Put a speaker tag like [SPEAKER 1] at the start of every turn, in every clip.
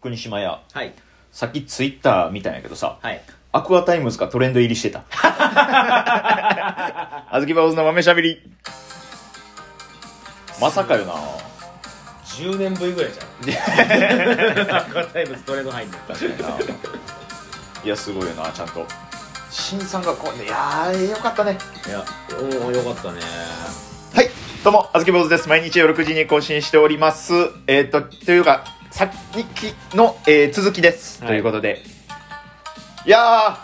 [SPEAKER 1] 国島屋
[SPEAKER 2] はい
[SPEAKER 1] さっきツイッター見たんやけどさ
[SPEAKER 2] はい
[SPEAKER 1] アクアタイムズがトレンド入りしてた あずきばおずの豆しゃべりまさかよな
[SPEAKER 2] 10年ぶりぐらいじゃん アクアタイムズトレード入んの
[SPEAKER 1] 確かにないやすごいよなちゃんと新さんがこういやーよかったね
[SPEAKER 2] いやおおよかったね
[SPEAKER 1] はい、どうも、あずき坊主です。毎日夜6時に更新しております。えっ、と、というか、さっきの、えー続きです、
[SPEAKER 2] はい
[SPEAKER 1] ということで。いや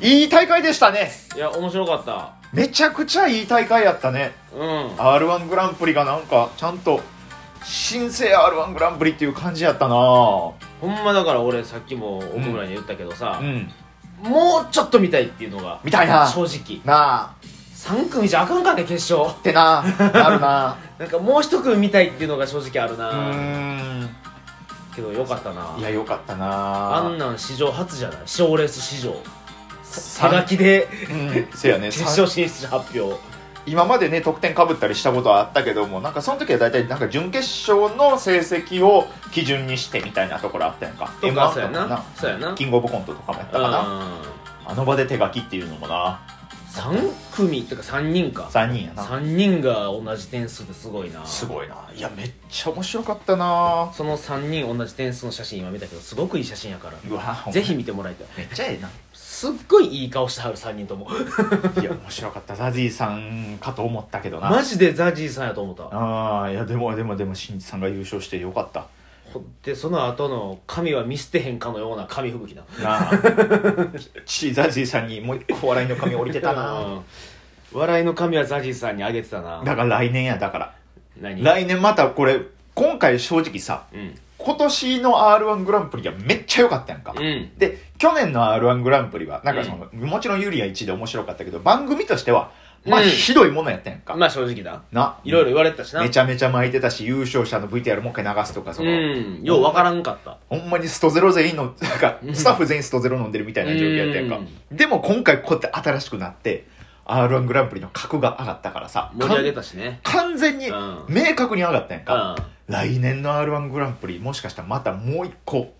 [SPEAKER 1] ー、いい大会でしたね。
[SPEAKER 2] いや面白かった
[SPEAKER 1] めちゃくちゃいい大会やったね。
[SPEAKER 2] うん
[SPEAKER 1] R1 グランプリがなんか、ちゃんと、新生 R1 グランプリっていう感じやったなぁ。
[SPEAKER 2] ほんまだから俺さっきも奥村に言ったけどさ
[SPEAKER 1] う、ん。
[SPEAKER 2] もうちょっと見たいっていうのが
[SPEAKER 1] 見たいな
[SPEAKER 2] 正直
[SPEAKER 1] なあ、
[SPEAKER 2] 3組じゃあかんかね決勝
[SPEAKER 1] ってなぁ、なるな
[SPEAKER 2] なんかもう一組見たいっていうのが正直ある
[SPEAKER 1] ぁ。う
[SPEAKER 2] な
[SPEAKER 1] ーん。
[SPEAKER 2] けどよかったない
[SPEAKER 1] や、よかった
[SPEAKER 2] あ
[SPEAKER 1] なぁ
[SPEAKER 2] ん。なん史上初じゃない賞レース史上
[SPEAKER 1] さ
[SPEAKER 2] はがきで
[SPEAKER 1] うん、せやね。
[SPEAKER 2] 決勝進出発表
[SPEAKER 1] 今までね得点かぶったりしたことはあったけどもなんかその時は大体なんか準決勝の成績を基準にしてみたいなところあったやんか
[SPEAKER 2] と
[SPEAKER 1] M1
[SPEAKER 2] かそうや
[SPEAKER 1] とか
[SPEAKER 2] なそうやな
[SPEAKER 1] キングオブコントとかもやったかなあの場で手書きっていうのもな
[SPEAKER 2] 3組ってか3人か
[SPEAKER 1] 3人やな
[SPEAKER 2] 3人が同じ点数ですごいな
[SPEAKER 1] すごいないやめっちゃ面白かったな
[SPEAKER 2] その3人同じ点数の写真今見たけどすごくいい写真やから
[SPEAKER 1] うわほんま
[SPEAKER 2] ぜひ見てもらいたい
[SPEAKER 1] めっちゃええな
[SPEAKER 2] すっごいいい顔してはる3人とも
[SPEAKER 1] いや面白かったザジーさんかと思ったけどな
[SPEAKER 2] マジでザジーさんやと思った
[SPEAKER 1] ああいやでもでもでもしんじさんが優勝してよかった
[SPEAKER 2] でその後の神は見捨てへんかのような神吹雪な
[SPEAKER 1] なあちザジーさんにもう一個笑いの髪降りてた な
[SPEAKER 2] うん笑いの神はザジーさんにあげてたな
[SPEAKER 1] だから来年やだから
[SPEAKER 2] 何
[SPEAKER 1] 来年またこれ今回正直さ
[SPEAKER 2] うん
[SPEAKER 1] 今年の r 1グランプリがめっちゃ良かったやんか、
[SPEAKER 2] うん
[SPEAKER 1] で去年の r 1グランプリはなんかその、もちろんユリア1で面白かったけど番組としてはまあ、
[SPEAKER 2] うん
[SPEAKER 1] ひどいものやったやんか、
[SPEAKER 2] まあ正直だ
[SPEAKER 1] ない
[SPEAKER 2] いろいろ言われてたしな
[SPEAKER 1] めちゃめちゃ巻いてたし優勝者の VTR もう一回流すとかその、
[SPEAKER 2] うんようわからんかった
[SPEAKER 1] ほんまにストゼロ全員のなんか
[SPEAKER 2] うん
[SPEAKER 1] スタッフ全員ストゼロ飲んでるみたいな状況やったやんか、でも今回こうやって新しくなって r 1グランプリの格が上がったからさ
[SPEAKER 2] 盛り上げたしね
[SPEAKER 1] かん完全に
[SPEAKER 2] うん
[SPEAKER 1] 明確に上がったやん
[SPEAKER 2] う
[SPEAKER 1] か、
[SPEAKER 2] ん
[SPEAKER 1] 来年の r 1グランプリもしかしたらまたもう一個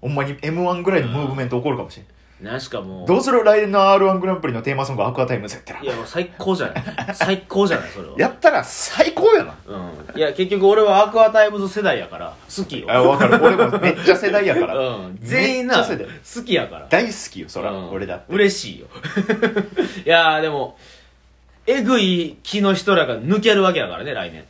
[SPEAKER 1] ほんまに m 1ぐらいのムーブメント起こるかもしれない、、
[SPEAKER 2] なんしかもうん
[SPEAKER 1] どうする来年の r 1グランプリのテーマソングアクアタイムズやったら
[SPEAKER 2] いやもう最高じゃない最高じゃないそれは
[SPEAKER 1] やったら最高やな
[SPEAKER 2] うん、いや結局俺はアクアタイムズ世代やから好きよ、
[SPEAKER 1] あ分かる俺もめっちゃ世代やから
[SPEAKER 2] うん、全員な
[SPEAKER 1] めっちゃ世代
[SPEAKER 2] 好きやから
[SPEAKER 1] 大好きよそら、
[SPEAKER 2] うん
[SPEAKER 1] 俺だって
[SPEAKER 2] 嬉しいよ いやーでもえぐい気の人らが抜けるわけやからね来年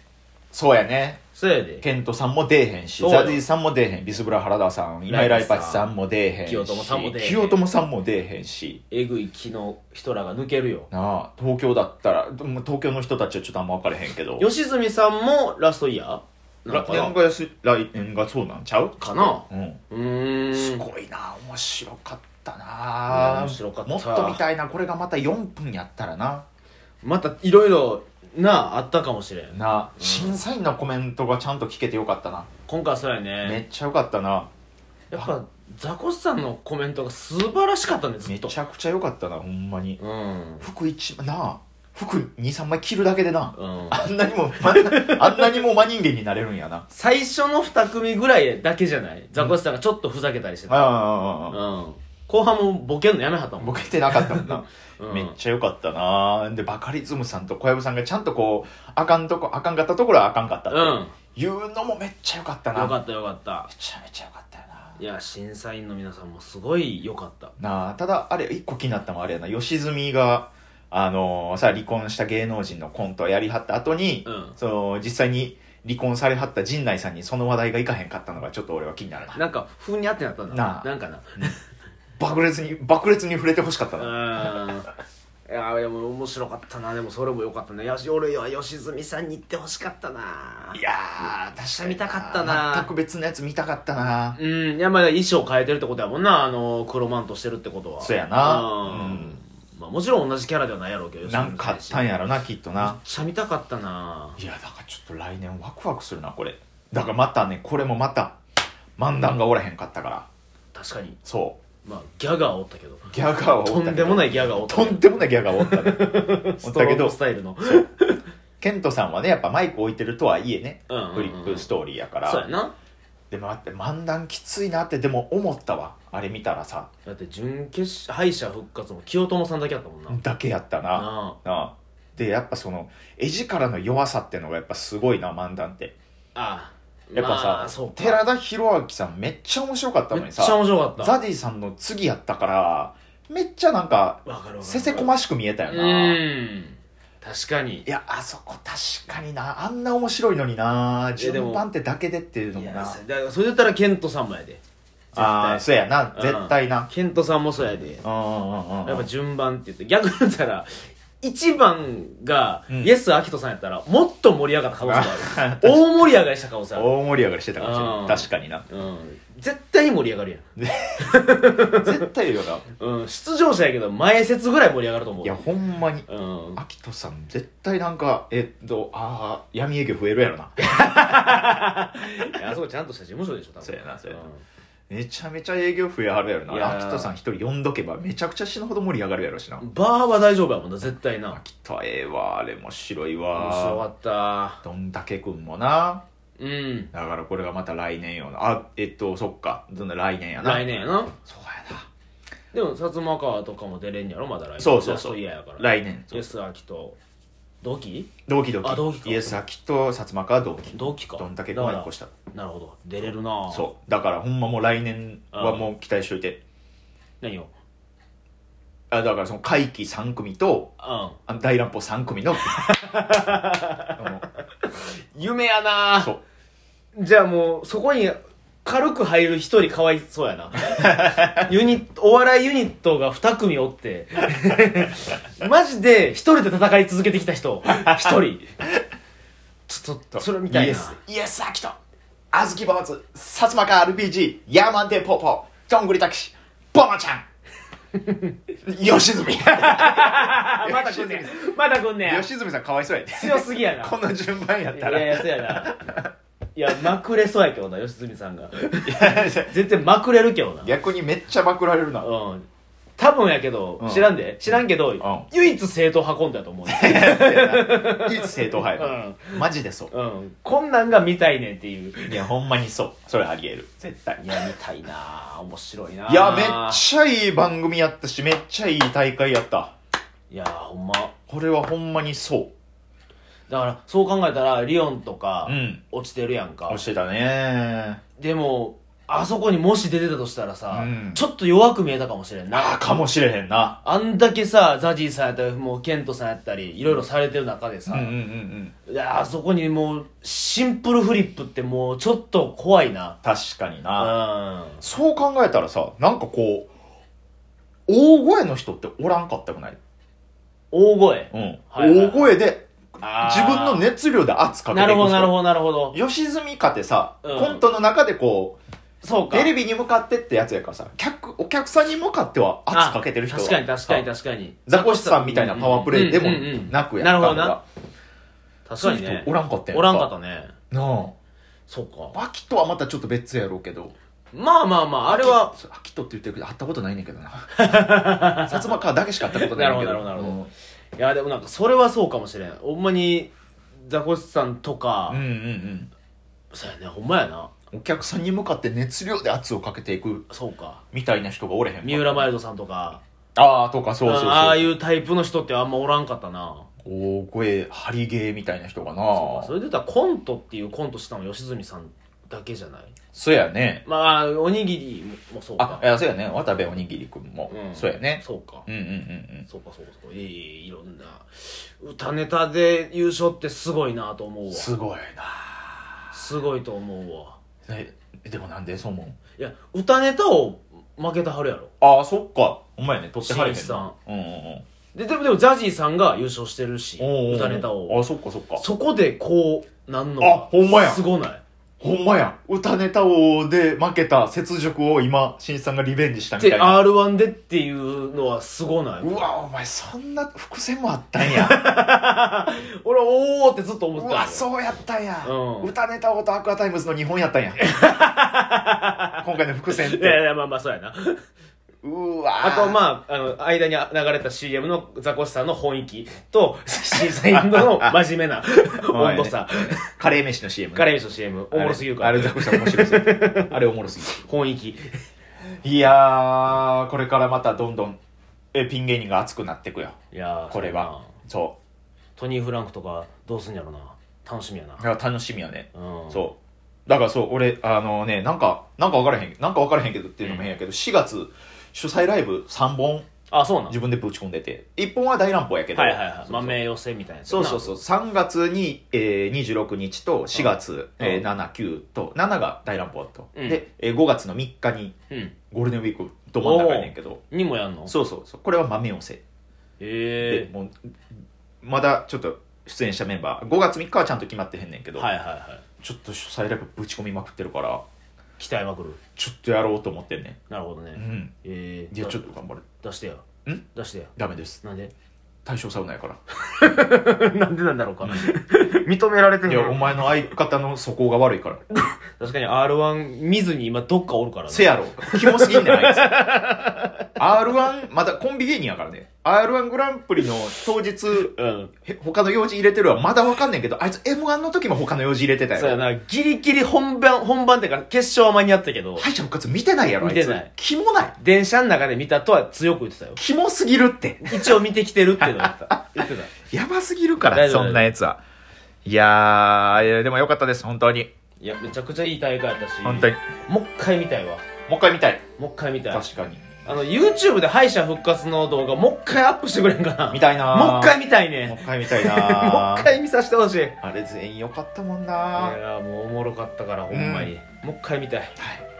[SPEAKER 1] そうやね
[SPEAKER 2] そうやで
[SPEAKER 1] ケントさんも出えへんし
[SPEAKER 2] そうよ
[SPEAKER 1] ザジーさんも出えへんビスブラ原田さん今井ライパチさんも出えへんし
[SPEAKER 2] 清友さんも出えへん
[SPEAKER 1] 清友さんも出えへんし
[SPEAKER 2] えぐい気の人らが抜けるよ
[SPEAKER 1] なあ東京だったらでも東京の人たちはちょっとあんま分かれへんけど
[SPEAKER 2] 吉住さんもラストイヤーな
[SPEAKER 1] 来
[SPEAKER 2] の
[SPEAKER 1] 年
[SPEAKER 2] かな
[SPEAKER 1] がやす来年がそうなんちゃう
[SPEAKER 2] かな
[SPEAKER 1] うん
[SPEAKER 2] うーん
[SPEAKER 1] すごいな面白かった
[SPEAKER 2] い
[SPEAKER 1] な
[SPEAKER 2] や面白かった
[SPEAKER 1] もっと見たいなこれがまた4分やったらな
[SPEAKER 2] またいろいろなあったかもしれん
[SPEAKER 1] な審査員のコメントがちゃんと聞けてよかったな、
[SPEAKER 2] 今回はそうやね
[SPEAKER 1] めっちゃよかったな
[SPEAKER 2] やっぱザコシさんのコメントが素晴らしかったねず
[SPEAKER 1] め
[SPEAKER 2] っと
[SPEAKER 1] ちゃくちゃよかったなほんまに
[SPEAKER 2] うん
[SPEAKER 1] 服1なあ服23枚着るだけでな
[SPEAKER 2] うん
[SPEAKER 1] あんなにも、まあんなにも真人間になれるんやな
[SPEAKER 2] 最初の2組ぐらいだけじゃないザコシさんがちょっとふざけたりしてた、
[SPEAKER 1] あ
[SPEAKER 2] うん
[SPEAKER 1] あ
[SPEAKER 2] 後半もボケんのやめはったもん
[SPEAKER 1] ボケてなかったもんな
[SPEAKER 2] うん
[SPEAKER 1] めっちゃ良かったなでバカリズムさんと小籔さんがちゃんとこうあかんとこあかんかったところはあかんかった
[SPEAKER 2] うん
[SPEAKER 1] っていうのもめっちゃ良かったな
[SPEAKER 2] よかったよかった
[SPEAKER 1] めちゃめちゃ良かったよない
[SPEAKER 2] や審査員の皆さんもすごいよかった
[SPEAKER 1] なあただあれ一個気になったのはあれやな吉住があのーさ離婚した芸能人のコントをやりはった後に、
[SPEAKER 2] うん
[SPEAKER 1] その実際に離婚されはった陣内さんにその話題がいかへんかったのがちょっと俺は気になるな
[SPEAKER 2] なんかふにゃってなったんだ
[SPEAKER 1] なあ
[SPEAKER 2] なんかな
[SPEAKER 1] 爆裂に爆裂に触れてほしかったな、
[SPEAKER 2] うんいやでも面白かったなでもそれもよかったねよし俺は吉住さんに行ってほしかったない
[SPEAKER 1] やー確かに
[SPEAKER 2] 見たかったな
[SPEAKER 1] 全く別のやつ見たかったな
[SPEAKER 2] うん、いやまあ衣装変えてるってことやもんなあの黒マントしてるってことは
[SPEAKER 1] そうやな
[SPEAKER 2] うん、
[SPEAKER 1] うん
[SPEAKER 2] まあ、もちろん同じキャラではないやろうけど
[SPEAKER 1] なんかあったん
[SPEAKER 2] や
[SPEAKER 1] やろなきっとな
[SPEAKER 2] めっちゃ見たかったない
[SPEAKER 1] やだからちょっと来年ワクワクするなこれだからまたねこれもまた漫談がおらへんかったから
[SPEAKER 2] 確かに
[SPEAKER 1] そ
[SPEAKER 2] まあギャガーおったけど
[SPEAKER 1] うギャガーはおった
[SPEAKER 2] とんでもないいギャガーおった
[SPEAKER 1] とんでもないギャガーはおったねお
[SPEAKER 2] ス
[SPEAKER 1] っ
[SPEAKER 2] ト
[SPEAKER 1] た
[SPEAKER 2] ロ
[SPEAKER 1] け
[SPEAKER 2] ーク
[SPEAKER 1] ど
[SPEAKER 2] スタイルの
[SPEAKER 1] ケントさんはねやっぱマイク置いてるとはいえね
[SPEAKER 2] うんうんうん
[SPEAKER 1] フリップストーリーやから
[SPEAKER 2] そうやな
[SPEAKER 1] でもあって漫談きついなってでも思ったわあれ見たらさ
[SPEAKER 2] だって準決勝敗者復活も清友さんだけだったもんな、な
[SPEAKER 1] だけやったな
[SPEAKER 2] あ
[SPEAKER 1] なあでやっぱその絵力の弱さってのがやっぱすごいな漫談って
[SPEAKER 2] あ
[SPEAKER 1] やっぱさ、
[SPEAKER 2] まあそうか
[SPEAKER 1] 寺田博明さんめっちゃ面白かったの
[SPEAKER 2] めっ
[SPEAKER 1] に
[SPEAKER 2] ちゃ
[SPEAKER 1] さ
[SPEAKER 2] 面白かった
[SPEAKER 1] ザディさんの次やったからめっちゃなんか
[SPEAKER 2] わかるわかる
[SPEAKER 1] せせこましく見えたよ
[SPEAKER 2] う
[SPEAKER 1] な、
[SPEAKER 2] ん確かに
[SPEAKER 1] いやあそこ確かになあんな面白いのにな
[SPEAKER 2] えでも
[SPEAKER 1] 順番ってだけでっていうの
[SPEAKER 2] い
[SPEAKER 1] も
[SPEAKER 2] や
[SPEAKER 1] な
[SPEAKER 2] だからそれだったらケントさんもやで
[SPEAKER 1] ああそうやな
[SPEAKER 2] うん
[SPEAKER 1] 絶対な
[SPEAKER 2] ケントさんもそうやで
[SPEAKER 1] うんうんうんうん
[SPEAKER 2] やっぱ順番って言って逆に言ったら1番が
[SPEAKER 1] うん
[SPEAKER 2] イエス・アキトさんやったらもっと盛り上がった可能性 もある大盛り上がりした可能性ある、
[SPEAKER 1] 大盛り上がりしてたかもしれ
[SPEAKER 2] う
[SPEAKER 1] なんい確かにな
[SPEAKER 2] うん、絶対に盛り上がるやん
[SPEAKER 1] 絶対いるよな
[SPEAKER 2] うん、出場者やけど前説ぐらい盛り上がると思う
[SPEAKER 1] いやほんまに
[SPEAKER 2] うん、
[SPEAKER 1] アキトさん絶対なんかえっとああ闇営業増えるやろない
[SPEAKER 2] やあそこちゃんとした事務所でしょ多分
[SPEAKER 1] そうやなそうやなめちゃめちゃ営業増えはるやろ
[SPEAKER 2] い
[SPEAKER 1] な
[SPEAKER 2] やー
[SPEAKER 1] アキトさん一人呼んどけばめちゃくちゃ死ぬほど盛り上がるやろしな
[SPEAKER 2] うんバーは大丈夫やもんな絶対な
[SPEAKER 1] アキトええわあれも白い
[SPEAKER 2] 面白
[SPEAKER 1] わ
[SPEAKER 2] かった
[SPEAKER 1] どんだけくんもな
[SPEAKER 2] うん
[SPEAKER 1] だからこれがまた来年よなあえっとそっかどんな来年やな
[SPEAKER 2] 来年やな
[SPEAKER 1] そうやな
[SPEAKER 2] でも薩摩川とかも出れんやろまだ来年
[SPEAKER 1] そうそうそう
[SPEAKER 2] ラストイヤーやから
[SPEAKER 1] 来年
[SPEAKER 2] イエス・アキト同期
[SPEAKER 1] 同期同期
[SPEAKER 2] あ同期か
[SPEAKER 1] イエスアキト薩摩川同期
[SPEAKER 2] 同期か
[SPEAKER 1] どんだけくん
[SPEAKER 2] だ
[SPEAKER 1] も
[SPEAKER 2] か
[SPEAKER 1] 一
[SPEAKER 2] ら
[SPEAKER 1] 個した
[SPEAKER 2] なるほど出れるなう
[SPEAKER 1] そうだからほんまもう来年はもう期待しといて
[SPEAKER 2] 何を
[SPEAKER 1] あだからその会期3組と
[SPEAKER 2] う
[SPEAKER 1] あの大乱歩3組のあの
[SPEAKER 2] ん夢やな
[SPEAKER 1] そう
[SPEAKER 2] じゃあもうそこに軽く入る一人かわいそう やなユニットお笑いユニットが2組おって マジで一人で戦い続けてきた人一人ちょっとそれみたいな
[SPEAKER 1] イエスイエスアキトあずき坊主薩摩川 RPG ヤーマンテポーポーどんぐりたくしボマち ゃん吉住
[SPEAKER 2] あまた来んねやまた来んねや
[SPEAKER 1] 吉住さんかわいそうやで
[SPEAKER 2] 強すぎやな
[SPEAKER 1] この順番やっ
[SPEAKER 2] い
[SPEAKER 1] た
[SPEAKER 2] や
[SPEAKER 1] ら
[SPEAKER 2] いやそうやないやまくれそうやけどな良純さんが
[SPEAKER 1] いや
[SPEAKER 2] 全然まくれるけどな
[SPEAKER 1] 逆にめっちゃまくられる な
[SPEAKER 2] うん多分やけど、
[SPEAKER 1] うん
[SPEAKER 2] 知らんで知らんけど、
[SPEAKER 1] ん
[SPEAKER 2] 唯一正統運んだと思う、
[SPEAKER 1] いつ正統派やなマジでそう
[SPEAKER 2] うん、こんなんが見たいねんっていう
[SPEAKER 1] いやほんまにそうそれありえる絶対
[SPEAKER 2] いや見たいなあ面白いない
[SPEAKER 1] いやめっちゃいい番組やったしめっちゃいい大会やった
[SPEAKER 2] いやほんまだ
[SPEAKER 1] これはほんまにそ
[SPEAKER 2] からそう考えたらリオンとか
[SPEAKER 1] ううん
[SPEAKER 2] 落ちてるやんか、
[SPEAKER 1] 押してたね
[SPEAKER 2] でもあそこにもし出てたとしたらさ、
[SPEAKER 1] うん
[SPEAKER 2] ちょっと弱く見えたかもしれんな
[SPEAKER 1] ああかもしれへんな
[SPEAKER 2] あんだけさザジーさんやったりもうケントさんやったりいろいろされてる中で
[SPEAKER 1] う
[SPEAKER 2] さ、
[SPEAKER 1] んうんうんうん
[SPEAKER 2] いやあそこにもうシンプルフリップってもうちょっと怖いな
[SPEAKER 1] 確かに
[SPEAKER 2] う
[SPEAKER 1] な、
[SPEAKER 2] ん
[SPEAKER 1] そう考えたらさなんかこう大声の人っておらんかったくない、
[SPEAKER 2] 大声
[SPEAKER 1] うん
[SPEAKER 2] はいはい
[SPEAKER 1] 大声で
[SPEAKER 2] あー
[SPEAKER 1] 自分の熱量で圧かけてい
[SPEAKER 2] な
[SPEAKER 1] く
[SPEAKER 2] るほ
[SPEAKER 1] 人
[SPEAKER 2] どなるほどなるほど
[SPEAKER 1] 吉住かってさ、
[SPEAKER 2] うん
[SPEAKER 1] コントの中でこ
[SPEAKER 2] そう
[SPEAKER 1] う
[SPEAKER 2] か
[SPEAKER 1] テレビに向かってってやつやからさ客お客さんに向かっては圧かけてる人は
[SPEAKER 2] 確かに確かに確かに
[SPEAKER 1] ザコシさんみたいなパワープレイでも
[SPEAKER 2] うんうんうん
[SPEAKER 1] なくや
[SPEAKER 2] なる
[SPEAKER 1] っ
[SPEAKER 2] ほ
[SPEAKER 1] た
[SPEAKER 2] ど
[SPEAKER 1] ん
[SPEAKER 2] な
[SPEAKER 1] だ
[SPEAKER 2] 確
[SPEAKER 1] そ
[SPEAKER 2] か
[SPEAKER 1] うい
[SPEAKER 2] に
[SPEAKER 1] う
[SPEAKER 2] ね
[SPEAKER 1] 人おらんかったや
[SPEAKER 2] おらんかったたね
[SPEAKER 1] な
[SPEAKER 2] そうか
[SPEAKER 1] あアキトはまたちょっと別やろうけど
[SPEAKER 2] まあまあまああ
[SPEAKER 1] あ
[SPEAKER 2] れは
[SPEAKER 1] アキトって言ってるけど会ったことないねんけど な薩摩川だけしか会ったことないねんけど
[SPEAKER 2] なるほどなるほど
[SPEAKER 1] うん
[SPEAKER 2] いやでもなんかそれはそうかもしれんほんまにザコシさんとか、
[SPEAKER 1] うんうん
[SPEAKER 2] そうやねほんまやな
[SPEAKER 1] うんお客さんに向かって熱量で圧をかけていく
[SPEAKER 2] そうか
[SPEAKER 1] みたいな人がおれへんか
[SPEAKER 2] 三浦マイルドさんとか
[SPEAKER 1] ああとかそうそうそう
[SPEAKER 2] ああいうタイプの人ってあんまおらんかったな
[SPEAKER 1] 大声張り芸みたいな人がな
[SPEAKER 2] そうかそれで言ったらコントっていうコントしたのは吉住さんだけじゃない
[SPEAKER 1] そうやね
[SPEAKER 2] まあおにぎりもそう
[SPEAKER 1] あ
[SPEAKER 2] か
[SPEAKER 1] いやそうやね渡部おにぎりくんも、
[SPEAKER 2] うん
[SPEAKER 1] そうやね
[SPEAKER 2] そうか
[SPEAKER 1] うんうんうんうん
[SPEAKER 2] そうかそうかそうかいいいろんな歌ネタで優勝ってすごいなと思うわ
[SPEAKER 1] すごい
[SPEAKER 2] すごいと思うわ
[SPEAKER 1] なえでもなんでそう思う
[SPEAKER 2] いや歌ネタを負けたはるやろ
[SPEAKER 1] ああそっかお前ね取ってはれへん
[SPEAKER 2] しんいちさん
[SPEAKER 1] うんうんうん
[SPEAKER 2] ででもでもザジーさんが優勝してるし
[SPEAKER 1] おうおうおう
[SPEAKER 2] 歌ネタを
[SPEAKER 1] あそっかそっか
[SPEAKER 2] そこでこうなんの
[SPEAKER 1] あほんまや
[SPEAKER 2] すごない
[SPEAKER 1] ほんまや歌ネタ王で負けた雪辱を今しんいちさんがリベンジしたみたい
[SPEAKER 2] で
[SPEAKER 1] な
[SPEAKER 2] r 1でっていうのはすごないう
[SPEAKER 1] わお前そんな伏線もあったん や
[SPEAKER 2] 俺はおおってずっと思っ
[SPEAKER 1] う
[SPEAKER 2] てたよ
[SPEAKER 1] わそうやったんや、
[SPEAKER 2] うん
[SPEAKER 1] 歌ネタ王とアクアタ イムズの日本やったんや今回の伏線っ
[SPEAKER 2] いやい
[SPEAKER 1] て
[SPEAKER 2] やまあまあそうやな
[SPEAKER 1] うわ
[SPEAKER 2] あと、
[SPEAKER 1] あ
[SPEAKER 2] まあ、あの、間に流れた CM のザコシさんの本域と、審査員の真面 目な温度差。
[SPEAKER 1] カレー飯の CM
[SPEAKER 2] ガレージの CM、おもろすぎるから。
[SPEAKER 1] あれあれザコシさん面白すぎるあれおもろすぎ
[SPEAKER 2] 本域。
[SPEAKER 1] るいやーこれからまたどんどんえピン芸人が熱くなっていくよ
[SPEAKER 2] いやー
[SPEAKER 1] これは。そ
[SPEAKER 2] トニー・フランクとか、どうすんやろな。楽しみやな
[SPEAKER 1] う。だから楽しみやね
[SPEAKER 2] うん。
[SPEAKER 1] そうだからそう俺あのねなんかなんか分からへんなんか分からへんけどっていうのも変やけど、4月主催ライブ3本
[SPEAKER 2] あ、そうなん
[SPEAKER 1] 自分でぶち込んでて1本は大乱歩やけど
[SPEAKER 2] はいはいは
[SPEAKER 1] そう
[SPEAKER 2] い。
[SPEAKER 1] そう
[SPEAKER 2] 豆寄せみたいなやつ
[SPEAKER 1] そうそうそう3月に、えー、26日と4月、
[SPEAKER 2] うん
[SPEAKER 1] えー、79と7が大乱暴と、
[SPEAKER 2] うん
[SPEAKER 1] で、えー、5月の3日に
[SPEAKER 2] う。うん。
[SPEAKER 1] ゴールデンウィークど真ん中やねんけど
[SPEAKER 2] にもやんの
[SPEAKER 1] そうそうそうこれは豆寄せで
[SPEAKER 2] え
[SPEAKER 1] もうまだちょっと出演したメンバー5月3日はちゃんと決まってへんねんけ
[SPEAKER 2] え
[SPEAKER 1] ど、
[SPEAKER 2] はいはいはい。
[SPEAKER 1] ちょっと主催ライブぶち込みまくってるから
[SPEAKER 2] 期待まくる。
[SPEAKER 1] ちょっとやろうと思ってんね
[SPEAKER 2] なるほど
[SPEAKER 1] う
[SPEAKER 2] ね。
[SPEAKER 1] ん
[SPEAKER 2] ええ。
[SPEAKER 1] いやちょっ
[SPEAKER 2] と。
[SPEAKER 1] と頑張る
[SPEAKER 2] 出してよ。
[SPEAKER 1] ん
[SPEAKER 2] 出してよ。
[SPEAKER 1] ダメです
[SPEAKER 2] な んで
[SPEAKER 1] 対象サウナやから
[SPEAKER 2] なんでなんだろ うか。認められてん
[SPEAKER 1] い
[SPEAKER 2] の
[SPEAKER 1] やお前の相方の素行が悪いから
[SPEAKER 2] 確かに R1 見ずに今どっかおるからね
[SPEAKER 1] せやろ。キモすぎんねん、 あいつ。R1、またコンビ芸人やからね。R1 グランプリの当日、
[SPEAKER 2] うん。
[SPEAKER 1] へ他の用事入れてるわ。まだわかんねんけど、あいつ M1 の時も他の用事入れてた
[SPEAKER 2] そうや
[SPEAKER 1] やろ。
[SPEAKER 2] な、ギリギリ本番、本番っていうか決勝は間に合ったけど、
[SPEAKER 1] 敗者復活見てないやろ、あいつ。
[SPEAKER 2] 見てない
[SPEAKER 1] キモない。
[SPEAKER 2] 電車の中で見たとは強く言ってたよ。
[SPEAKER 1] キモすぎるって。
[SPEAKER 2] 一応見てきてるっていうのは言って た。言ってた。
[SPEAKER 1] やばすぎるか
[SPEAKER 2] 大
[SPEAKER 1] ら、
[SPEAKER 2] 丈夫
[SPEAKER 1] そんなやつは。いやー、いやでもよかったです、本当に。
[SPEAKER 2] いや、めちゃくちゃいい大会やったし、
[SPEAKER 1] 本当に。
[SPEAKER 2] もう一回見たいわ。
[SPEAKER 1] もう一回見たい。
[SPEAKER 2] もう一回見たい。
[SPEAKER 1] 確かに。
[SPEAKER 2] あの、YouTube で敗者復活の動画、もう一回アップしてくれんかな。
[SPEAKER 1] 見たいなー
[SPEAKER 2] もう一回見たい
[SPEAKER 1] もう
[SPEAKER 2] ね。
[SPEAKER 1] 一回見たい
[SPEAKER 2] もう
[SPEAKER 1] なー
[SPEAKER 2] 一回見させてほしい。い
[SPEAKER 1] あれ全員よかったもんなー
[SPEAKER 2] やーもうおもろかったから、ほんまに。もう一回見たい。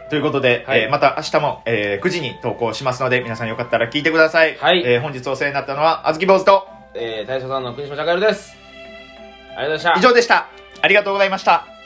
[SPEAKER 1] ということで、
[SPEAKER 2] はい
[SPEAKER 1] えーまた明日も、えー9時に投稿しますので、皆さんよかったら聞いてください。
[SPEAKER 2] はい
[SPEAKER 1] えー本日お世話になったのは、あずき坊主と、
[SPEAKER 2] えー、大将さんの国島ジャカエルです。ありがとうございました。
[SPEAKER 1] 以上でした。ありがとうございました。